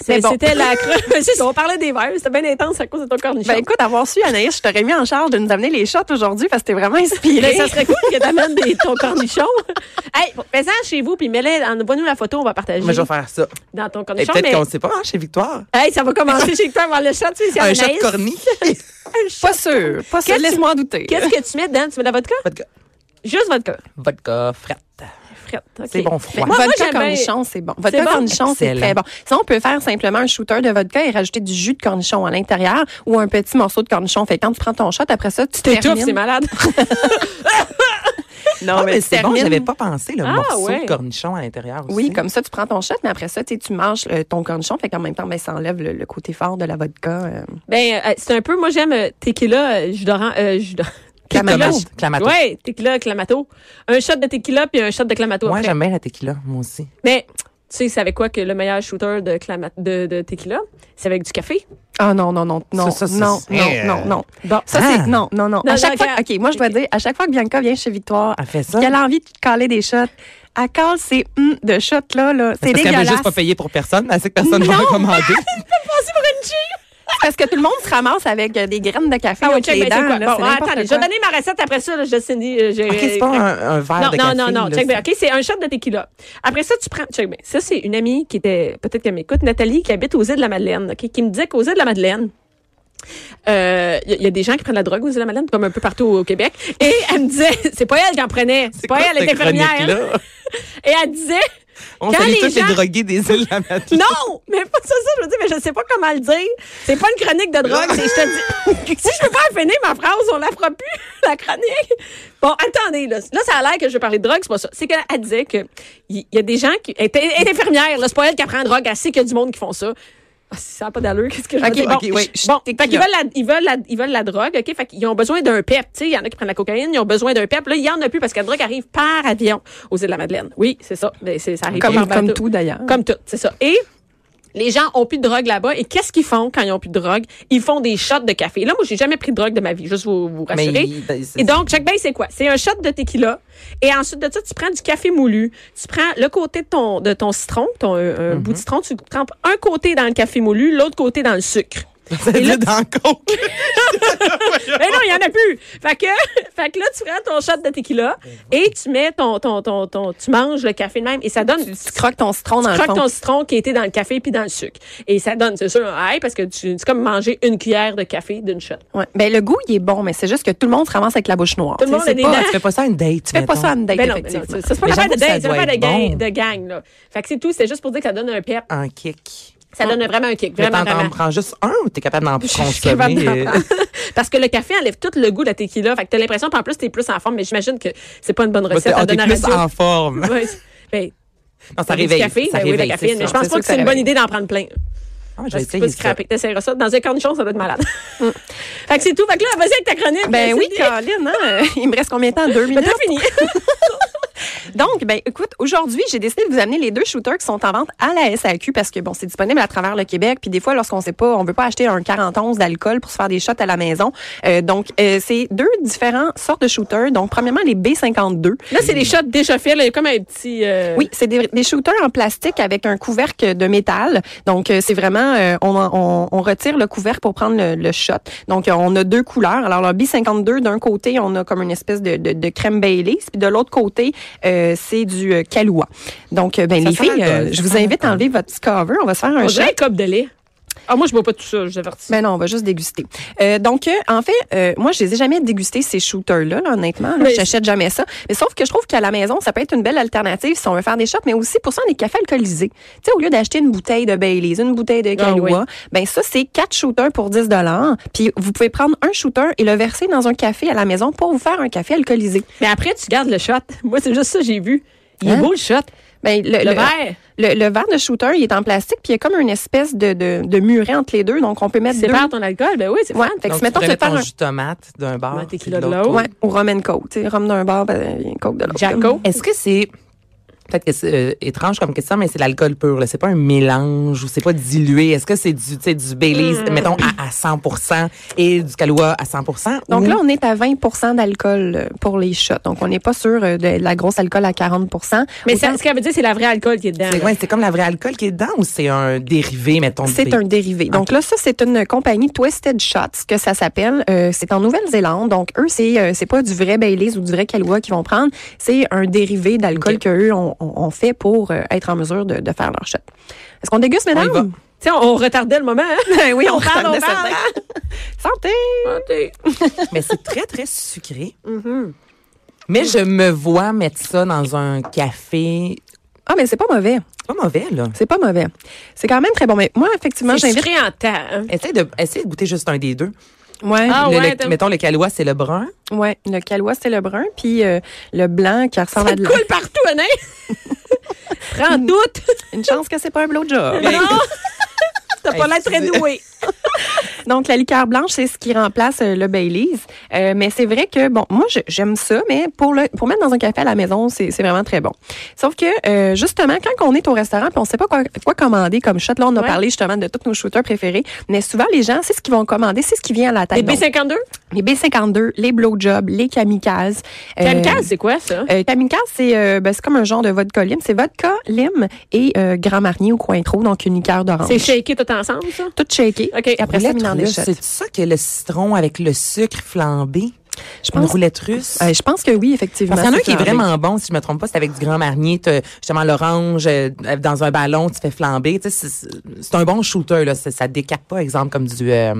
Speaker 1: C'est-
Speaker 2: Mais bon.
Speaker 1: C'était la crème. C'est ça, on parlait des verres. C'était bien intense à cause de ton cornichon.
Speaker 2: Ben écoute, avoir su, Anaïs, je t'aurais mis en charge de nous amener les shots aujourd'hui parce que t'es vraiment
Speaker 1: Mais
Speaker 2: inspirée.
Speaker 1: ça serait cool que t'amènes des- ton cornichon. hey, fais-en chez vous, puis mets-le, envoie-nous la photo, on va partager
Speaker 3: Mais je vais faire ça.
Speaker 1: dans ton
Speaker 3: Et
Speaker 1: cornichon.
Speaker 3: peut-être
Speaker 1: mais-
Speaker 3: qu'on sait pas, hein, chez Victoire.
Speaker 1: hey, ça va commencer chez toi avant le chat, tu sais, c'est
Speaker 3: Un
Speaker 1: Anaïs.
Speaker 3: chat de corny.
Speaker 1: Un shot.
Speaker 2: Pas sûr, pas sûr.
Speaker 1: Qu'est-ce que-
Speaker 2: Laisse-moi en douter.
Speaker 1: Qu'est-ce que tu mets dedans? Tu mets de la vodka?
Speaker 3: Vodka.
Speaker 1: Juste vodka.
Speaker 3: Vodka frette.
Speaker 1: frette. OK. Ben,
Speaker 3: C'est bon froid.
Speaker 1: Moi, moi,
Speaker 2: vodka
Speaker 1: j'aime bien-
Speaker 2: cornichon, c'est bon.
Speaker 1: C'est
Speaker 2: Vodka
Speaker 1: bon?
Speaker 2: cornichon, c'est
Speaker 3: Excellent.
Speaker 2: très bon. Sinon, on peut faire simplement un shooter de vodka et rajouter du jus de cornichon à l'intérieur ou un petit morceau de cornichon. Fait que quand tu prends ton shot, après ça, tu
Speaker 1: T'étouffes,
Speaker 2: termines.
Speaker 1: c'est malade.
Speaker 3: Non, Ah, mais c'est bon,
Speaker 2: termine-
Speaker 3: j'avais pas pensé le
Speaker 1: Ah,
Speaker 3: morceau
Speaker 1: ouais.
Speaker 3: de cornichon à l'intérieur aussi.
Speaker 2: Oui, comme ça, tu prends ton shot, mais après ça, tu sais, tu manges euh, ton cornichon. Fait qu'en même temps, ben, ça enlève le, le côté fort de la vodka. euh.
Speaker 1: Ben, euh, c'est un peu, moi, j'aime euh, tequila, euh, jus d'orange, euh, jus d'orange.
Speaker 3: Clamato.
Speaker 1: Tequila.
Speaker 3: Clamato.
Speaker 1: Ouais, tequila, clamato. Un shot de tequila puis un shot de clamato
Speaker 3: Moi,
Speaker 1: après.
Speaker 3: j'aime bien la tequila, moi aussi.
Speaker 1: Mais, tu sais, c'est avec quoi que le meilleur shooter de, clama- de, de tequila? C'est avec du café.
Speaker 2: Ah non, non, non, non,
Speaker 3: Ça, ça, ça,
Speaker 2: non, non,
Speaker 3: c'est-
Speaker 2: non, non.
Speaker 1: Bon,
Speaker 2: Ça,
Speaker 3: Ah.
Speaker 2: c'est... Non, non, non.
Speaker 1: Non,
Speaker 2: À chaque
Speaker 1: non,
Speaker 2: fois...
Speaker 1: regarde.
Speaker 2: OK, moi, je dois
Speaker 1: Ok.
Speaker 2: dire, à chaque fois que Bianca vient chez Victoire,
Speaker 3: Elle fait Ah, ça.
Speaker 2: qu'elle a envie de caler des shots, elle cale ces hum de shots, là, là. C'est
Speaker 3: C'est parce qu'elle veut
Speaker 2: dégueulasse.
Speaker 3: juste pas payer pour personne, mais elle sait que personne ne va commander.
Speaker 1: c'est pour une chip!
Speaker 2: Parce que tout le monde se ramasse avec euh, des graines de café
Speaker 1: Ah oui,
Speaker 2: entre
Speaker 1: check,
Speaker 2: les
Speaker 1: ben, c'est
Speaker 2: dents,
Speaker 1: quoi?
Speaker 2: là,
Speaker 1: Bon,
Speaker 2: c'est n'importe
Speaker 1: attendez, je
Speaker 2: quoi.
Speaker 1: vais donner ma recette après ça, là, je Cindy. euh, j'ai-
Speaker 3: OK, c'est pas un, un verre
Speaker 1: Non, non,
Speaker 3: de café.
Speaker 1: non, non,
Speaker 3: là,
Speaker 1: check bien.
Speaker 3: c'est-
Speaker 1: OK, c'est un shot de tequila. Après ça, tu prends, check bien. Ça, c'est une amie qui était, peut-être qu'elle m'écoute, Nathalie, qui habite aux îles de la Madeleine, OK, qui me disait qu'aux îles de la Madeleine, euh, il y, a- il y a des gens qui prennent la drogue aux îles de la Madeleine, comme un peu partout au Québec. Et elle me disait, c'est pas elle qui en prenait, c'est pas
Speaker 3: quoi
Speaker 1: elle, elle
Speaker 3: cette
Speaker 1: était infirmière.
Speaker 3: chronique-là?
Speaker 1: Et elle disait,
Speaker 3: On
Speaker 1: Quand
Speaker 3: salue
Speaker 1: les
Speaker 3: tous
Speaker 1: gens-
Speaker 3: les drogués des îles de la Madeleine.
Speaker 1: non, mais pas ça, ça, je veux dire, mais je sais pas comment le dire. C'est pas une chronique de drogue, c'est, je te dis. si je peux pas finir ma phrase, on la fera plus, la chronique. Bon, attendez, là. Là, ça a l'air que je vais parler de drogue, c'est pas ça. C'est qu'elle disait que, il y, a des gens qui, elle était- elle est infirmière, là. C'est pas elle qui apprend la drogue, elle sait qu'il y a du monde qui font ça. Ah, ça n'a pas d'allure, qu'est-ce que je veux
Speaker 2: Ok,
Speaker 1: dire?
Speaker 2: ok, oui, je-
Speaker 1: bon,
Speaker 2: t'es
Speaker 1: fait qu'ils
Speaker 2: là.
Speaker 1: veulent la, ils veulent la, ils veulent la drogue, OK? Fait qu'ils ont besoin d'un PEP, tu sais. Il y en a qui prennent la cocaïne, ils ont besoin d'un PEP. Là, il y en a plus parce que la drogue arrive par avion aux îles de la Madeleine. Oui, c'est ça. Ben, c'est, ça arrive
Speaker 2: Comme-
Speaker 1: par
Speaker 2: comme
Speaker 1: bateau.
Speaker 2: tout, d'ailleurs.
Speaker 1: Mm. Comme tout, c'est ça. Et les gens ont plus de drogue là-bas. Et qu'est-ce qu'ils font quand ils ont plus de drogue? Ils font des shots de café. Là, moi, j'ai jamais pris de drogue de ma vie, juste vous, vous rassurer.
Speaker 3: Mais il- ben, c'est-
Speaker 1: et donc, check bien, c'est quoi? C'est un shot de tequila. Et ensuite de ça, tu prends du café moulu. Tu prends le côté de ton, de ton citron, ton euh, un bout
Speaker 3: Mhm.
Speaker 1: de citron. Tu trempes un côté dans le café moulu, l'autre côté dans le sucre.
Speaker 3: Ça veut dire dans le coke.
Speaker 1: Mais non, il y en a plus. Fait que, fait que là, tu prends ton shot de tequila
Speaker 3: Ben,
Speaker 1: et tu mets ton, ton, ton, ton, tu manges le café de même et ça donne
Speaker 2: Tu croques ton citron dans le
Speaker 1: croque
Speaker 2: fond.
Speaker 1: ton citron qui était dans le café puis dans le sucre. Et ça donne, c'est sûr, un high parce que tu, c'est comme manger une cuillère de café d'une shot.
Speaker 2: Ouais. Ben, le goût, il est bon, mais c'est juste que tout le monde se ramasse avec la bouche noire.
Speaker 1: Tout le
Speaker 2: Tu sais,
Speaker 1: monde a
Speaker 2: c'est
Speaker 1: des
Speaker 2: pas-
Speaker 1: dents.
Speaker 3: Tu fais pas ça à une date,
Speaker 2: Tu fais pas
Speaker 3: mettons.
Speaker 2: ça à une date,
Speaker 1: Ben non, ben non,
Speaker 2: effectivement.
Speaker 1: c'est c'est pas
Speaker 3: Mais
Speaker 1: une affaire de
Speaker 3: j'avoue
Speaker 1: date,
Speaker 3: que ça
Speaker 1: c'est une
Speaker 3: doit
Speaker 1: affaire de
Speaker 3: être
Speaker 1: gang,
Speaker 3: bon.
Speaker 1: de gang, là. Fait que c'est tout, c'est juste pour dire que ça donne un pep.
Speaker 3: Un kick.
Speaker 1: Ça donne un- vraiment un kick,
Speaker 3: Mais
Speaker 1: vraiment,
Speaker 3: t'en t'en
Speaker 1: vraiment.
Speaker 3: prends juste un ou t'es capable d'en
Speaker 1: Je suis capable
Speaker 3: consommer?
Speaker 1: d'en
Speaker 3: euh,
Speaker 1: prendre. Parce que le café enlève tout le goût de la tequila. Fait que t'as l'impression, puis en plus, t'es plus en forme, mais j'imagine que c'est pas une bonne
Speaker 3: bah,
Speaker 1: recette
Speaker 3: T'es
Speaker 1: à
Speaker 3: ah, t'es
Speaker 1: donner à
Speaker 3: plus
Speaker 1: radio.
Speaker 3: en forme.
Speaker 1: Ouais. Ben,
Speaker 3: Non, ça
Speaker 1: du
Speaker 3: réveille.
Speaker 1: café,
Speaker 3: ça
Speaker 1: ben oui, de la
Speaker 3: réveille,
Speaker 1: caféine,
Speaker 3: c'est
Speaker 1: mais je
Speaker 3: sûr,
Speaker 1: pense pas que
Speaker 3: sûr
Speaker 1: c'est une
Speaker 3: ça
Speaker 1: bonne idée d'en prendre plein.
Speaker 3: Ah, je vais
Speaker 1: Parce que tu peux
Speaker 3: essayer Mm.
Speaker 1: se
Speaker 3: ça.
Speaker 1: craper. T'essayeras ça. Dans un cornichon, ça doit être malade. fait que c'est tout. Fait que là, vas-y avec ta chronique.
Speaker 2: Ben oui,
Speaker 1: Cindy.
Speaker 2: Colin, hein? il me reste combien de temps? Deux
Speaker 1: Ben,
Speaker 2: minutes?
Speaker 1: t'as fini.
Speaker 2: Donc, ben, écoute, aujourd'hui, j'ai décidé de vous amener les deux shooters qui sont en vente à la SAQ parce que, bon, c'est disponible à travers le Québec. Puis des fois, lorsqu'on sait pas, on veut pas acheter un 41 d'alcool pour se faire des shots à la maison. Euh, donc, euh, c'est deux différentes sortes de shooters. Donc, premièrement, les B52.
Speaker 1: Là, c'est des shots déjà faits. là. Il y a comme un petit. euh,
Speaker 2: Oui, c'est des, des shooters en plastique avec un couvercle de métal. Donc, euh, c'est vraiment, euh, on, en- on, on retire le couvercle pour prendre le, le shot. Donc, euh, on a deux couleurs. Alors, le B52, d'un côté, on a comme une espèce de, de, de crème Bailey. Puis de l'autre côté, euh, c'est du euh, Kahlua. Donc, euh, ben,
Speaker 3: Ça
Speaker 2: les
Speaker 3: sent
Speaker 2: filles,
Speaker 3: l'alcool,
Speaker 2: euh, je
Speaker 3: ça
Speaker 2: vous
Speaker 3: sent
Speaker 2: invite à enlever votre petit cover. On va se faire un
Speaker 1: On
Speaker 2: shot.
Speaker 1: dirait un cop de lait. Ah, moi, je bois pas tout ça, je vous avertis.
Speaker 2: Ben non, on va juste déguster. Euh, donc, euh, en fait, euh, moi, je les ai jamais dégustés, ces shooters-là, là, honnêtement. là.
Speaker 1: Mais-
Speaker 2: J'achète jamais ça. Mais sauf que je trouve qu'à la maison, ça peut être une belle alternative si on veut faire des shots, mais aussi pour ça, on est café alcoolisé. Tu sais, au lieu d'acheter une bouteille de Baileys, une bouteille de
Speaker 1: Ah,
Speaker 2: Kahlua, ben ça, c'est quatre shooters pour 10 Puis vous pouvez prendre un shooter et le verser dans un café à la maison pour vous faire un café alcoolisé.
Speaker 1: Mais après, tu gardes le shot. Moi, c'est juste ça, que j'ai vu. Il est
Speaker 2: Hein?
Speaker 1: beau, le shot.
Speaker 2: Ben, le,
Speaker 1: Le
Speaker 2: le-
Speaker 1: verre.
Speaker 2: le- le verre de shooter, il est en plastique, puis il y a comme une espèce de, de, de muret entre les deux, donc on peut mettre
Speaker 1: Tu
Speaker 2: deux.
Speaker 1: sépares ton alcool. Ben oui, c'est
Speaker 2: Ouais,
Speaker 1: fun.
Speaker 2: fait que
Speaker 3: Donc,
Speaker 2: si mettons,
Speaker 3: tu
Speaker 2: tu veux
Speaker 3: prenais
Speaker 2: faire
Speaker 3: ton
Speaker 2: un-
Speaker 3: jus de tomate d'un bar.
Speaker 1: Un
Speaker 3: puis
Speaker 1: tequila de l'autre.
Speaker 2: Ouais, ou rum and coke, tu sais, rhum d'un bar, ben, il y a une coke de l'autre.
Speaker 1: Jacko.
Speaker 3: Est-ce que c'est peut-être que c'est euh, étrange comme question, mais c'est l'alcool pur. là. C'est pas un mélange ou c'est pas dilué. Est-ce que c'est du, tu sais, du Baileys,
Speaker 1: Hmm.
Speaker 3: mettons, à, à 100 et du Kahlua à 100
Speaker 2: Donc
Speaker 3: ou-
Speaker 2: là, on est à 20 d'alcool euh, pour les shots. Donc, on n'est pas sûr euh, de la grosse alcool à 40
Speaker 1: Mais
Speaker 2: Autant-
Speaker 1: ça, ce qu'elle veut dire, c'est la vraie alcool qui est dedans.
Speaker 3: c'est
Speaker 1: là.
Speaker 3: ouais, c'est comme la vraie alcool qui est dedans ou c'est un dérivé, mettons. du
Speaker 2: c'est
Speaker 3: Baileys?
Speaker 2: un dérivé. Donc là, ça, c'est une compagnie Twisted Shots, que ça s'appelle. Euh, c'est en Nouvelle-Zélande. Donc, eux, c'est euh, c'est pas du vrai Baileys ou du vrai Kahlua qu'ils vont prendre. C'est un dérivé d'alcool
Speaker 3: Ok.
Speaker 2: que eux ont, ont- ont fait pour euh, être en mesure de, de faire leur shot. Est-ce qu'on déguste,
Speaker 3: y
Speaker 2: mesdames?
Speaker 3: va.
Speaker 1: Tu sais, on, on retardait le moment. Hein?
Speaker 2: Ben oui, on,
Speaker 1: On parle,
Speaker 2: parle,
Speaker 1: on
Speaker 2: de ça.
Speaker 1: parle.
Speaker 2: Santé!
Speaker 1: Santé.
Speaker 3: Mais c'est très, très sucré. Mais je me vois mettre ça dans un café.
Speaker 2: Ah, mais c'est pas mauvais.
Speaker 3: C'est pas mauvais, là.
Speaker 2: C'est pas mauvais. C'est quand même très bon. Mais moi, effectivement,
Speaker 1: C'est
Speaker 2: j'invite.
Speaker 1: sucré en temps. hein.
Speaker 3: Essaye de, essaye de goûter juste un des deux.
Speaker 2: Ouais.
Speaker 1: Ah
Speaker 3: Le- le-
Speaker 1: ouais, t'as-
Speaker 3: mettons, le calois, c'est le brun.
Speaker 2: Ouais. Le calois, c'est le brun. Puis euh, le blanc qui ressemble
Speaker 1: Ça
Speaker 2: à
Speaker 1: te
Speaker 2: de la-
Speaker 1: coule partout, hein? Prends doute.
Speaker 2: Une chance que c'est pas un blowjob.
Speaker 1: Non! T'as pas
Speaker 3: Hey,
Speaker 1: l'air très
Speaker 3: excusez.
Speaker 1: doué.
Speaker 2: Donc, la liqueur blanche, c'est ce qui remplace euh, le Baileys. Euh, mais c'est vrai que, bon, moi, je- j'aime ça, mais pour, le, pour mettre dans un café à la maison, c'est c'est vraiment très bon. Sauf que, euh, justement, quand on est au restaurant puis on sait pas quoi, quoi commander comme shot, là, on a
Speaker 1: Ouais.
Speaker 2: parlé justement de tous nos shooters préférés, mais souvent, les gens, c'est ce qu'ils vont commander, c'est ce qui vient à la
Speaker 1: Les
Speaker 2: tête. Donc,
Speaker 1: B52?
Speaker 2: les B52, les blowjobs, les kamikazes. euh,
Speaker 1: Kamikaze, c'est quoi, ça?
Speaker 2: euh, kamikaze, c'est euh, ben, c'est comme un genre de vodka lime. C'est vodka, lime et euh, Grand Marnier ou Cointreau, donc une liqueur d'orange.
Speaker 1: C'est shaké tout ensemble, ça?
Speaker 2: tout shaké.
Speaker 1: OK.
Speaker 2: Et après ça, mis
Speaker 3: Roulette
Speaker 2: dans des
Speaker 3: russe,
Speaker 2: shots.
Speaker 3: C'est ça que le citron avec le sucre flambé?
Speaker 2: Je
Speaker 3: Une
Speaker 2: pense
Speaker 3: roulette russe?
Speaker 2: Euh, je pense que oui, effectivement.
Speaker 3: Parce qu'il y en a un
Speaker 2: c'est
Speaker 3: qui est
Speaker 2: flambé.
Speaker 3: vraiment bon, si je me trompe pas, c'est avec du grand marnier, t'as justement l'orange euh, dans un ballon, tu fais flamber. Tu sais, C'est c'est un bon shooter, là. Ça, ça décape pas, exemple, comme du, euh,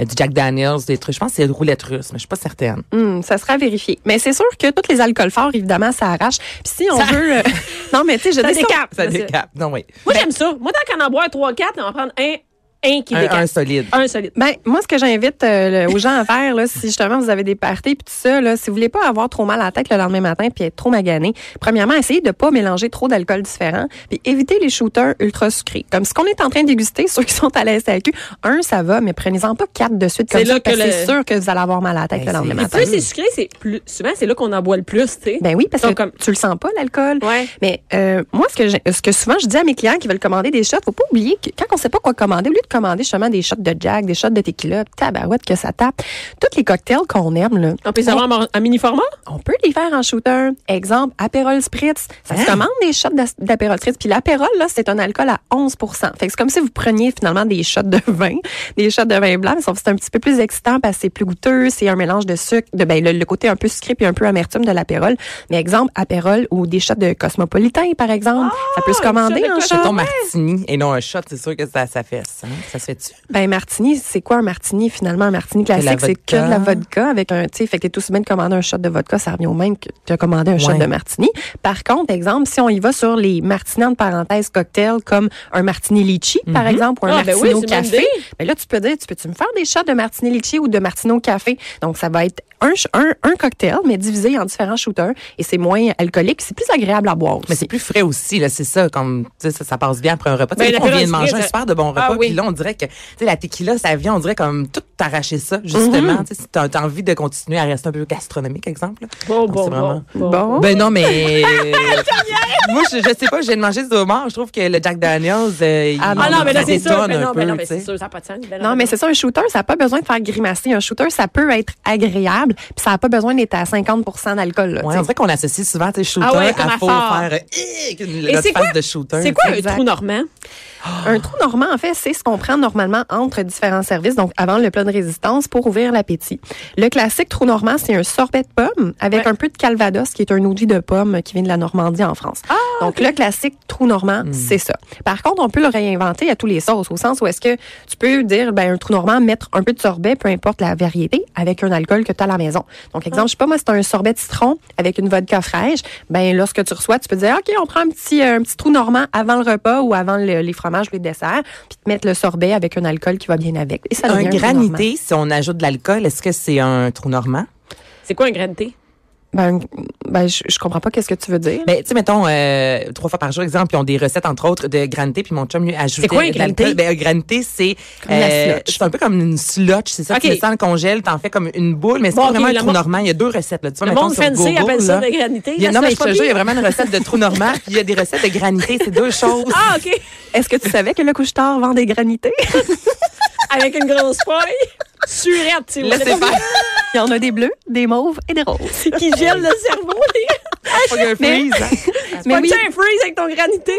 Speaker 3: euh, du Jack Daniels, des trucs. Je pense que c'est roulette russe, mais je suis pas certaine.
Speaker 2: Hum, ça sera vérifié. Mais c'est sûr que tous les alcools forts, évidemment, ça arrache. Puis si on
Speaker 1: Ça-
Speaker 2: veut. euh, non, mais tu sais, je
Speaker 1: Ça
Speaker 2: dis ça-
Speaker 1: décape.
Speaker 3: Ça
Speaker 1: c'est-
Speaker 3: décape. Non, oui.
Speaker 1: Moi, j'aime ça. Moi, tant qu'on en boit 3-4, on va prendre un, un qui
Speaker 3: Un, un
Speaker 1: décape.
Speaker 3: solide.
Speaker 1: Un solide.
Speaker 2: Ben, moi, ce que j'invite euh, le- aux gens à faire, là, si justement vous avez des parties puis tout ça, là, si vous voulez pas avoir trop mal à la tête le lendemain matin puis être trop magané, premièrement, essayez de pas mélanger trop d'alcool différents puis évitez les shooters ultra sucrés. Comme ce qu'on est en train de déguster, ceux qui sont à la SAQ, un, ça va, mais prenez-en pas quatre de suite comme
Speaker 1: C'est
Speaker 2: ça,
Speaker 1: là
Speaker 2: parce
Speaker 1: que
Speaker 2: que c'est
Speaker 1: le-
Speaker 2: sûr que vous allez avoir mal à la tête le
Speaker 3: Ben, c'est-
Speaker 2: lendemain
Speaker 3: Mais
Speaker 2: matin.
Speaker 1: Plus c'est sucré, c'est plus. Souvent, c'est là qu'on en boit le plus, tu sais.
Speaker 2: Ben oui, parce que
Speaker 1: Donc, comme-
Speaker 2: tu le sens pas, l'alcool.
Speaker 1: Ouais.
Speaker 2: Mais euh, moi, ce que, j'ai- ce que souvent je dis à mes clients qui veulent commander des shots, faut pas oublier que quand on sait pas quoi commander, au lieu de commander justement des shots de Jack, des shots de tequila, tabarouette que ça tape, tous les cocktails qu'on aime, là,
Speaker 1: On peut les avoir en- en mini-format?
Speaker 2: on peut les faire en shooter. Exemple, Aperol Spritz. Ça se
Speaker 3: Hein?
Speaker 2: commande des shots d'as- d'Aperol Spritz. Puis l'Aperol, là, c'est un alcool à 11 Fait que c'est comme si vous preniez finalement des shots de vin, des shots de vin blanc, mais sauf que c'est un petit peu plus excitant parce que c'est plus goûteux, c'est un mélange de sucre, de, ben, le, le côté un peu sucré puis un peu amertume de l'Aperol. Mais exemple, Aperol ou des shots de Cosmopolitain, par exemple. ça peut
Speaker 1: une
Speaker 2: se
Speaker 1: shot
Speaker 2: commander
Speaker 1: de
Speaker 2: en
Speaker 1: Cosmo.
Speaker 2: shot.
Speaker 1: Ah
Speaker 3: Ton
Speaker 1: ouais?
Speaker 3: martini et non un shot, c'est sûr que ça, ça fait ça. Ça se fait-tu?
Speaker 2: Ben martini, c'est quoi un martini finalement Un martini
Speaker 3: la
Speaker 2: classique, c'est que
Speaker 3: vodka.
Speaker 2: de la vodka avec un, tu sais, fait que t'es aussi bien de commander un shot de vodka, ça revient au même que de commander un shot
Speaker 3: Ouais.
Speaker 2: de martini. Par contre, exemple, si on y va sur les martinis entre parenthèses cocktails comme un martini litchi par exemple ou un
Speaker 1: Ah, ben
Speaker 2: martini
Speaker 1: oui,
Speaker 2: au
Speaker 1: c'est une bonne
Speaker 2: café,
Speaker 1: idée.
Speaker 2: ben là tu peux dire, tu peux tu me faire des shots de martini litchi ou de martini au café. Donc ça va être un ch- un, un cocktail mais divisé en différents shooters et c'est moins alcoolique, c'est plus agréable à boire.
Speaker 3: Mais
Speaker 2: aussi.
Speaker 3: c'est plus frais aussi, là, c'est ça. Comme, tu sais, ça, ça passe bien après un repas. Tu sais,
Speaker 1: Ben,
Speaker 3: on vient de
Speaker 1: l'apéro
Speaker 3: manger un
Speaker 1: spritz,
Speaker 3: super de bon repas.
Speaker 1: ah oui.
Speaker 3: Puis là, on dirait que, tu sais, la tequila, ça vient, on dirait comme tout t'arracher ça,
Speaker 1: Mhm.
Speaker 3: justement. Tu sais, si t'as t'as envie de continuer à rester un peu gastronomique, exemple.
Speaker 1: Bon,
Speaker 3: Donc,
Speaker 1: bon,
Speaker 3: c'est
Speaker 1: bon,
Speaker 3: vraiment-
Speaker 1: bon.
Speaker 2: Bon.
Speaker 3: Ben non, mais. Moi, je, je sais pas, j'ai mangé du homard. Je trouve que le Jack Daniels. euh, il-
Speaker 2: Ah
Speaker 1: Ah non, mais là,
Speaker 3: ça
Speaker 1: c'est sûr.
Speaker 3: détonne
Speaker 1: Ben
Speaker 3: un
Speaker 1: non,
Speaker 3: peu,
Speaker 1: ben non, ben
Speaker 3: tu sais.
Speaker 1: c'est sûr, ça n'a pas de sens. Ben
Speaker 2: Non,
Speaker 1: ben
Speaker 2: mais c'est ça, un shooter, ça n'a pas besoin de faire grimacer. Un shooter, ça peut être agréable, puis ça n'a pas besoin d'être à 50 d'alcool. là,
Speaker 3: Ouais,
Speaker 2: tu
Speaker 3: on
Speaker 2: sais.
Speaker 3: dirait qu'on associe souvent tes shooters
Speaker 1: Ah ouais, comme à
Speaker 3: à faut
Speaker 1: fort.
Speaker 3: faire euh, une
Speaker 1: Et
Speaker 3: notre
Speaker 1: c'est quoi-
Speaker 3: face de shooter.
Speaker 1: C'est quoi un
Speaker 2: Exact.
Speaker 1: trou normand?
Speaker 2: Un trou normand, en fait, c'est ce qu'on prend normalement entre différents services, donc avant le plat de résistance, pour ouvrir l'appétit. Le classique trou normand, c'est un sorbet de pomme avec
Speaker 1: Ouais.
Speaker 2: un peu de calvados, qui est un eau de vie de pomme qui vient de la Normandie en France.
Speaker 3: Ah,
Speaker 2: donc, le classique trou normand,
Speaker 3: Hmm.
Speaker 2: c'est ça. Par contre, on peut le réinventer à tous les sauces, au sens où est-ce que tu peux dire, ben, un trou normand, mettre un peu de sorbet, peu importe la variété, avec un alcool que tu as à la maison. Donc, exemple, je sais pas, moi, c'est un sorbet de citron avec une vodka fraîche. Ben, lorsque tu reçois, tu peux dire, OK, on prend un petit, euh, un petit trou normand avant le repas ou avant le- les fromages ou les desserts, puis te mettre le sorbet avec un alcool qui va bien avec. Et ça
Speaker 3: Un
Speaker 2: devient trou normand.
Speaker 3: granité, si on ajoute de l'alcool, est-ce que c'est un trou normand?
Speaker 1: C'est quoi un grain de thé?
Speaker 2: Ben, ben, je, je comprends pas qu'est-ce que tu veux dire.
Speaker 3: Ben, tu sais, mettons, euh, trois fois par jour, exemple, ils ont des recettes, entre autres, de granité, puis mon chum lui ajoutait.
Speaker 1: C'est quoi un
Speaker 3: de l'alcool.
Speaker 1: granité?
Speaker 3: Ben, un granité, c'est. euh,
Speaker 2: Comme la slotch.
Speaker 3: c'est un peu comme une slotch, c'est ça.
Speaker 1: Ok.
Speaker 3: Tu mets ça dans le congèle, t'en fais comme une boule, mais c'est
Speaker 1: Bon,
Speaker 3: pas
Speaker 1: ok,
Speaker 3: vraiment
Speaker 1: le
Speaker 3: un trou
Speaker 1: monde-
Speaker 3: normand. Il y a deux recettes, là. Tu vois,
Speaker 1: Le
Speaker 3: mettons,
Speaker 1: monde
Speaker 3: sur
Speaker 1: fancy
Speaker 3: Google,
Speaker 1: appelle ça
Speaker 3: là,
Speaker 1: de granité.
Speaker 3: il y a-
Speaker 1: là, ça
Speaker 3: non, mais
Speaker 1: se
Speaker 3: je te
Speaker 1: fait
Speaker 3: jure, il y a
Speaker 1: bien.
Speaker 3: vraiment une recette de trou normand, puis il y a des recettes de granité. Oh, C'est deux choses.
Speaker 1: Ah, OK.
Speaker 2: Ben, Est-ce que tu savais que le couche-tard vend des granités?
Speaker 1: Avec une grosse feuille. Surette, tu vois.
Speaker 3: Laissez faire.
Speaker 2: Il y en a des bleus, des mauves et des roses.
Speaker 1: Qui gèle le cerveau. les gars.
Speaker 3: Pas un
Speaker 2: Mais-
Speaker 3: freeze. hein.
Speaker 1: Mais
Speaker 2: Mais oui.
Speaker 1: un freeze avec ton granité.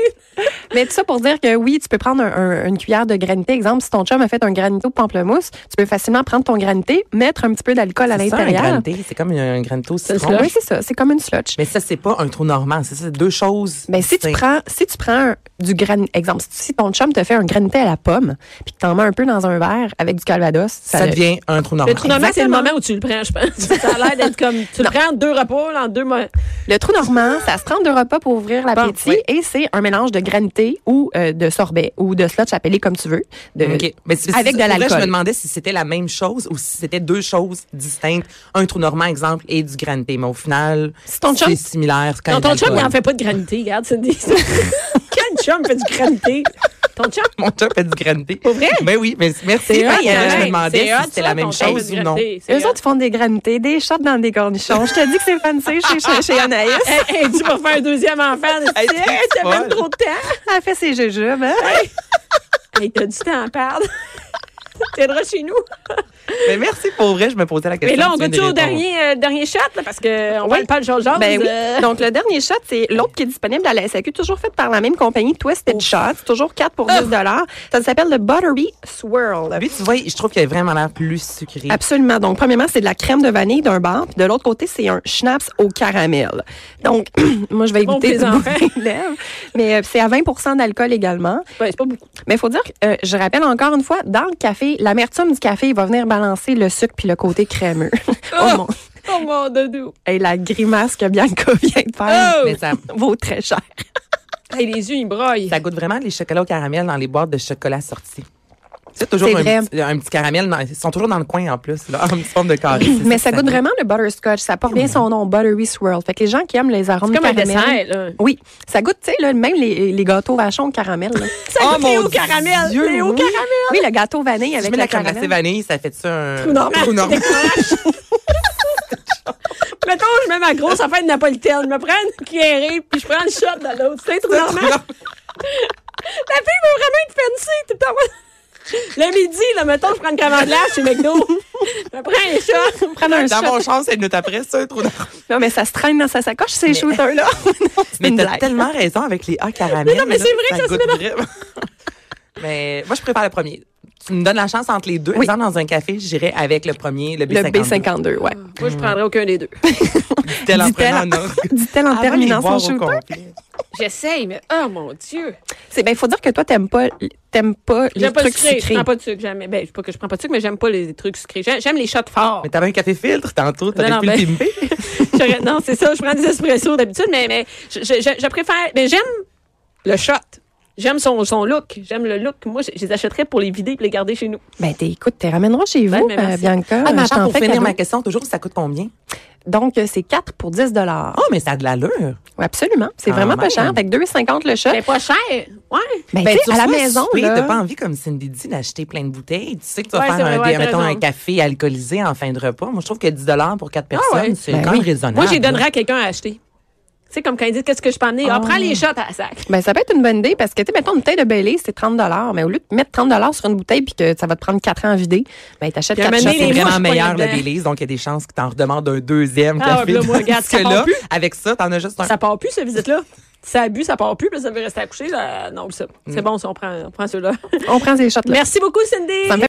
Speaker 2: Mais tout ça pour dire que oui, tu peux prendre un- un- une cuillère de granité. Exemple, si ton chum a fait un granito pamplemousse, tu peux facilement prendre ton granité, mettre un petit peu d'alcool à
Speaker 3: C'est ça, un
Speaker 2: l'intérieur.
Speaker 3: granité. C'est comme un granito
Speaker 1: un
Speaker 3: citron.
Speaker 1: sludge.
Speaker 2: Oui, c'est ça. C'est comme une sludge.
Speaker 3: Mais ça, c'est pas un trou normand. C'est ça, c'est deux choses.
Speaker 1: Ben,
Speaker 2: Mais si tu
Speaker 3: distinctes.
Speaker 2: prends, si tu prends un- du gran, exemple, si- si ton chum te fait un granité à la pomme, puis que t'en mets un peu dans un verre avec du calvados,
Speaker 3: ça,
Speaker 2: le-
Speaker 3: devient un trou normand.
Speaker 1: Le trou normand, c'est le
Speaker 2: Exactement.
Speaker 1: moment où tu le prends, je pense. Ça a l'air d'être comme. Tu le prends en deux repas, là, en deux mois.
Speaker 2: le trou normand, ça se prend deux repas pour ouvrir l'appétit,
Speaker 3: oui.
Speaker 2: et c'est un mélange de granité ou euh, de sorbet ou de sludge appelé comme tu veux, de-
Speaker 1: euh,
Speaker 3: OK. Mais c'est-
Speaker 2: avec
Speaker 3: c'est-
Speaker 2: de
Speaker 3: pour vrai,
Speaker 2: l'alcool.
Speaker 3: Je me demandais si c'était la même chose ou si c'était deux choses distinctes. Un trou normand, exemple, et du granité. Mais au final,
Speaker 2: Si ton chum-
Speaker 3: c'est similaire. quand
Speaker 1: Non, ton
Speaker 3: même
Speaker 1: chum, il
Speaker 3: l'alcool.
Speaker 1: n'en fait pas de granité, regarde, Cindy. Quel chum fait du granité? Ton chum?
Speaker 3: Mon chum fait du granité. Pour
Speaker 1: vrai?
Speaker 3: Ben oui, mais merci.
Speaker 1: C'est
Speaker 3: parce
Speaker 1: hot,
Speaker 3: que je me
Speaker 1: pareil.
Speaker 3: demandais
Speaker 1: C'est
Speaker 3: si
Speaker 1: hot,
Speaker 3: c'était
Speaker 1: ça,
Speaker 3: la même
Speaker 1: ton chum fait
Speaker 3: chose
Speaker 1: du
Speaker 3: ou non.
Speaker 1: granité. C'est
Speaker 2: Eux
Speaker 1: hot.
Speaker 2: autres, ils font des granités, des shots dans des cornichons. Je te dis que c'est fancy chez, chez, chez Anaïs.
Speaker 1: Hey, hey, tu vas faire un deuxième enfant. Tu
Speaker 3: Hey, t'es
Speaker 1: sais, t'as même
Speaker 3: folle.
Speaker 1: trop de temps.
Speaker 2: Elle fait ses jujubes. hein?
Speaker 1: Hey, t'as du temps à perdre. T'aideras chez nous.
Speaker 3: Mais Ben, merci pour vrai, je me posais la question.
Speaker 1: Mais là, on
Speaker 3: tu viens
Speaker 1: goûte au
Speaker 3: de répondre.
Speaker 1: dernier, euh, dernier shot, là, parce qu'on
Speaker 2: Oui.
Speaker 1: parle pas de Georges Georges.
Speaker 2: Ben oui.
Speaker 1: euh,
Speaker 2: Donc, le dernier shot, c'est l'autre qui est disponible à la SAQ, toujours fait par la même compagnie, Twisted Shot. C'est toujours 4 pour 10 Ça s'appelle le Buttery Swirl.
Speaker 3: Lui, Ah tu vois, je trouve qu'il a vraiment l'air plus sucré.
Speaker 2: Absolument. Donc, premièrement, c'est de la crème de vanille d'un bar. Puis de l'autre côté, c'est un schnapps au caramel. Donc, moi, je vais
Speaker 1: Bon
Speaker 2: éviter de
Speaker 1: plaisant.
Speaker 2: bouffer les lèvres. Mais euh, c'est à 20 d'alcool également.
Speaker 1: ben, c'est pas beaucoup.
Speaker 2: Mais il faut dire que, euh, je rappelle encore une fois, dans le café, l'amertume du café va venir balancer le sucre puis le côté crémeux. oh mon...
Speaker 1: Oh mon doudou.
Speaker 2: Et la grimace que Bianca vient de faire
Speaker 1: Oh!
Speaker 3: Mais ça,
Speaker 2: vaut très cher.
Speaker 1: Hey, les yeux, ils broyent.
Speaker 3: ça goûte vraiment les chocolats au caramel dans les boîtes de chocolat sortis. C'est toujours
Speaker 2: C'est
Speaker 3: un
Speaker 2: vrai.
Speaker 3: petit, un petit caramel. dans- ils sont toujours dans le coin en plus, là, en petite forme de carré. c'est
Speaker 2: Mais
Speaker 3: que
Speaker 2: ça goûte vraiment le butterscotch. Ça porte bien son nom, Buttery Swirl. Fait que les gens qui aiment les arômes
Speaker 1: C'est comme un dessert,
Speaker 2: caramel-
Speaker 1: là.
Speaker 3: Oh,
Speaker 2: Oui, ça goûte, tu sais, là, même les, les gâteaux vachons au caramel. là.
Speaker 1: Ça
Speaker 3: Oh,
Speaker 1: goûte les
Speaker 3: mon
Speaker 1: hauts caramel.
Speaker 3: Dieu,
Speaker 1: Les hauts
Speaker 3: oui.
Speaker 1: caramel.
Speaker 2: Oui, le gâteau vanille
Speaker 3: Si je
Speaker 2: avec
Speaker 3: mets
Speaker 2: le
Speaker 3: la crème glacée
Speaker 2: caramel.
Speaker 3: vanille, ça fait ça un
Speaker 1: Trou normand.
Speaker 3: Trou normand.
Speaker 1: Mettons, je mets ma grosse affaire de napolitaine. Je me prends une cuillerée, puis je prends le shot dans l'autre. C'est trop normal. La fille veut vraiment être fancy. Tout le temps. Le midi, là, mettons, je prends une commande là chez McDo. Je me prends un shot.
Speaker 2: Prendre un
Speaker 3: Dans
Speaker 2: shot.
Speaker 3: mon champ, c'est une minute après, ça, un trou normand.
Speaker 2: Non, mais ça se traîne dans sa sacoche, ces shooters-là. Non, c'est
Speaker 3: Mais
Speaker 2: une
Speaker 3: t'as
Speaker 2: blague.
Speaker 3: tellement raison avec les A caramel.
Speaker 1: Mais non, mais c'est vrai que ça se
Speaker 3: goûte vraiment. Mais moi, je préfère le premier. Tu me donnes la chance entre les deux.
Speaker 2: Oui.
Speaker 3: Exemple, dans un café, j'irai avec le premier, le
Speaker 2: Le
Speaker 3: B52.
Speaker 2: B52, ouais.
Speaker 1: Moi, je prendrais aucun des deux.
Speaker 3: Tel en
Speaker 2: Dit-elle
Speaker 3: prenant
Speaker 2: en,
Speaker 3: un autre. Ah,
Speaker 2: dit-elle en
Speaker 3: Avant de les
Speaker 2: terminant son
Speaker 3: boire au
Speaker 2: shooter.
Speaker 3: complet.
Speaker 1: J'essaye, mais oh mon Dieu.
Speaker 2: C'est ben, faut dire que toi, t'aimes pas, t'aimes pas les
Speaker 1: J'aime pas le
Speaker 2: trucs
Speaker 1: sucré. Je
Speaker 2: sucrés.
Speaker 1: prends pas de sucre, jamais. Ben, je sais pas que je prends pas de sucre, mais j'aime pas les trucs sucrés. J'aime j'aime les shots forts.
Speaker 3: Mais t'avais un café filtre tantôt,
Speaker 1: Non,
Speaker 3: t'aurais
Speaker 1: non,
Speaker 3: pu le
Speaker 1: ben-
Speaker 3: pimper.
Speaker 1: J'aurais- non, c'est ça. Je prends des espressos d'habitude, mais, mais je, je- je- je préfère. Mais j'aime le shot. J'aime son, son look. J'aime le look. Moi, je, je les achèterais pour les vider et les garder chez nous.
Speaker 2: Ben, t'es- écoute, t'es ramèneras chez vous,
Speaker 1: mais
Speaker 2: euh,
Speaker 1: merci.
Speaker 2: Bianca.
Speaker 3: Ah, mais
Speaker 2: Je t'en
Speaker 3: attends, pour
Speaker 2: fais
Speaker 3: finir
Speaker 2: cadeau.
Speaker 3: ma question, toujours, ça coûte combien?
Speaker 2: Donc, euh, c'est 4 pour 10 dollars.
Speaker 3: Oh, mais ça a de
Speaker 1: Ben,
Speaker 3: l'allure.
Speaker 2: absolument. C'est
Speaker 3: Ah,
Speaker 2: vraiment pas
Speaker 3: man.
Speaker 2: cher. Avec 2,50 le shot.
Speaker 1: Mais pas cher. Ouais.
Speaker 2: Ben,
Speaker 3: Ben,
Speaker 2: tu
Speaker 3: tu
Speaker 2: sais, à la
Speaker 3: reçois
Speaker 2: maison,
Speaker 3: souper,
Speaker 2: là.
Speaker 3: T'as pas envie, comme Cindy dit, d'acheter plein de bouteilles. Tu sais que tu vas
Speaker 1: Ouais, c'est
Speaker 3: faire un,
Speaker 1: vrai, ouais,
Speaker 3: des- mettons,
Speaker 1: t'as
Speaker 3: un
Speaker 1: raison. Ah,
Speaker 3: café alcoolisé en fin de repas. Moi, je trouve que 10 pour 4 personnes,
Speaker 1: ouais.
Speaker 3: c'est
Speaker 2: Ben
Speaker 3: quand
Speaker 2: oui.
Speaker 3: même raisonnable.
Speaker 1: Moi, je les donnerais à quelqu'un à acheter. Tu sais, comme quand ils disent qu'est-ce que je peux amener.
Speaker 2: Oh.
Speaker 1: Ah, prends les shots à la sac.
Speaker 2: Ben, ça peut être une bonne idée parce que, tu sais, mettons, une bouteille de Bailey, c'est 30 mais au lieu de mettre 30 sur une bouteille puis que ça va te prendre 4 ans à vider, ben, t'achètes
Speaker 1: Puis
Speaker 2: 4
Speaker 1: à un
Speaker 2: shots.
Speaker 1: moment
Speaker 3: Ça,
Speaker 1: donné,
Speaker 3: c'est
Speaker 1: les
Speaker 3: vraiment
Speaker 1: mouches
Speaker 3: meilleur
Speaker 1: pognent
Speaker 3: le
Speaker 1: dedans.
Speaker 3: Baileys, donc il y a des chances que t'en redemandes un deuxième
Speaker 1: Ah,
Speaker 3: café.
Speaker 1: ouais, là, moi, regarde,
Speaker 3: Parce
Speaker 1: ça
Speaker 3: que
Speaker 1: part
Speaker 3: là,
Speaker 1: plus.
Speaker 3: avec ça, t'en as juste un.
Speaker 1: Ça part plus, cette visite-là. Ça a bu, ça part plus, puis
Speaker 2: Mm.
Speaker 1: ça veut rester accouché. Non, ça. C'est bon, ça, on prend, on prend ceux-là.
Speaker 2: On prend ces shots-là.
Speaker 1: Merci beaucoup, Cindy.
Speaker 2: Ça me fait